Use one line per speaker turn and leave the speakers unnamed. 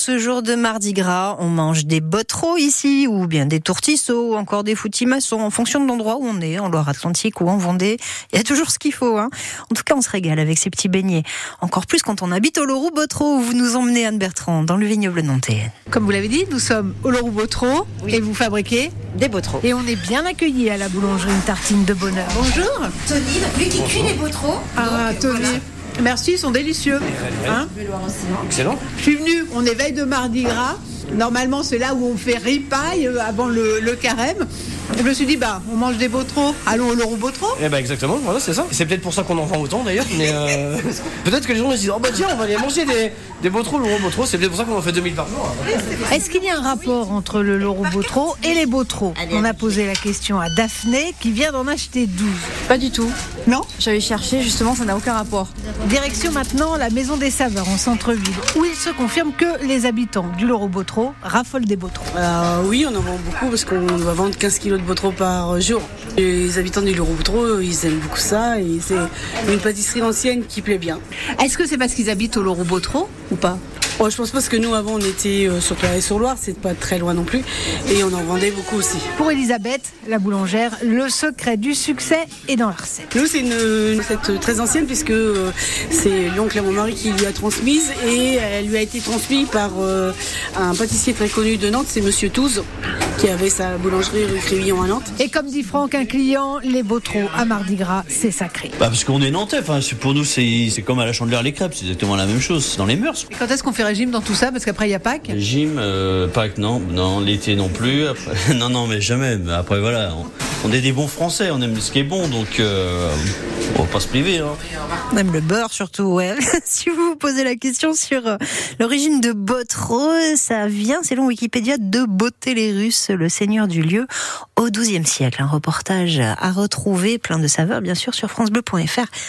ce jour de Mardi Gras, on mange des bottereaux ici, ou bien des tourtisseaux, ou encore des foutimassons, en fonction de l'endroit où on est, en Loire-Atlantique ou en Vendée. Il y a toujours ce qu'il faut. Hein. En tout cas, on se régale avec ces petits beignets. Encore plus quand on habite au Loroux Bottereau, où vous nous emmenez, Anne Bertrand, dans le vignoble nantais.
Comme vous l'avez dit, nous sommes au Loroux Botreau
Oui.
et vous fabriquez.
Des bottereaux.
Et on est bien accueillis à la boulangerie une tartine de bonheur. Bonjour.
Tony, lui qui cuit les bottereaux.
Ah,
Donc,
Tony.
voilà.
Merci, ils sont délicieux. Hein
Je vais le voir aussi, hein.
Excellent.
je suis venue, on est veille de Mardi Gras. Normalement, c'est là où on fait ripaille euh, avant le, le carême. Je me suis dit, bah, on mange des botreaux. Allons au Loroux Botreau.
Eh ben exactement, voilà, c'est ça. C'est peut-être pour ça qu'on en vend autant d'ailleurs, mais euh, peut-être que les gens se disent, oh bah tiens, on va aller manger des, des botrons, le gros botron, c'est peut-être pour ça qu'on en fait 2000 par jour.
Est-ce qu'il y a un rapport entre le Loro Botro et les Botros On a posé la question à Daphné qui vient d'en acheter 12.
Pas du tout.
Non
J'avais cherché, justement, ça n'a aucun rapport.
Direction maintenant la Maison des Saveurs en centre-ville où il se confirme que les habitants du Loro Botro raffolent des Botros.
Bah oui, on en vend beaucoup parce qu'on doit vendre 15 kilos de botreau par jour. Les habitants du Loro Botreau, ils aiment beaucoup ça et c'est une pâtisserie ancienne qui plaît bien.
Est-ce que c'est parce qu'ils habitent au Loro Botro ou pas
Oh, je pense pas parce que nous avant on était euh, sur Tour et sur Loire, c'est pas très loin non plus et on en vendait beaucoup aussi.
Pour Elisabeth, la boulangère, le secret du succès est dans la recette.
Nous, c'est une une recette très ancienne puisque euh, c'est l'oncle à mon mari qui lui a transmise et elle lui a été transmise par euh, un pâtissier très connu de Nantes, c'est Monsieur Touze, qui avait sa boulangerie rue Crévillon à Nantes.
Et comme dit Franck, un client, les Botros à Mardi Gras, c'est sacré.
Bah parce qu'on est nantais, enfin, c'est- pour nous c'est c'est comme à la chandeleur les crêpes, c'est exactement la même chose, c'est dans les mœurs.
Et quand est-ce qu'on fait régime dans tout ça Parce qu'après, il y a Pâques.
Le gym, euh, Pâques non, non, l'été non plus, après, non non mais jamais, mais après voilà, on, on est des bons français, on aime ce qui est bon, donc euh, on va pas se priver. Hein.
Même le beurre surtout, ouais. si vous vous posez la question sur euh, l'origine de Botro, ça vient, selon Wikipédia, de Beauté les Russes, le seigneur du lieu, au XIIe siècle. Un reportage à retrouver, plein de saveurs, bien sûr, sur francebleu.fr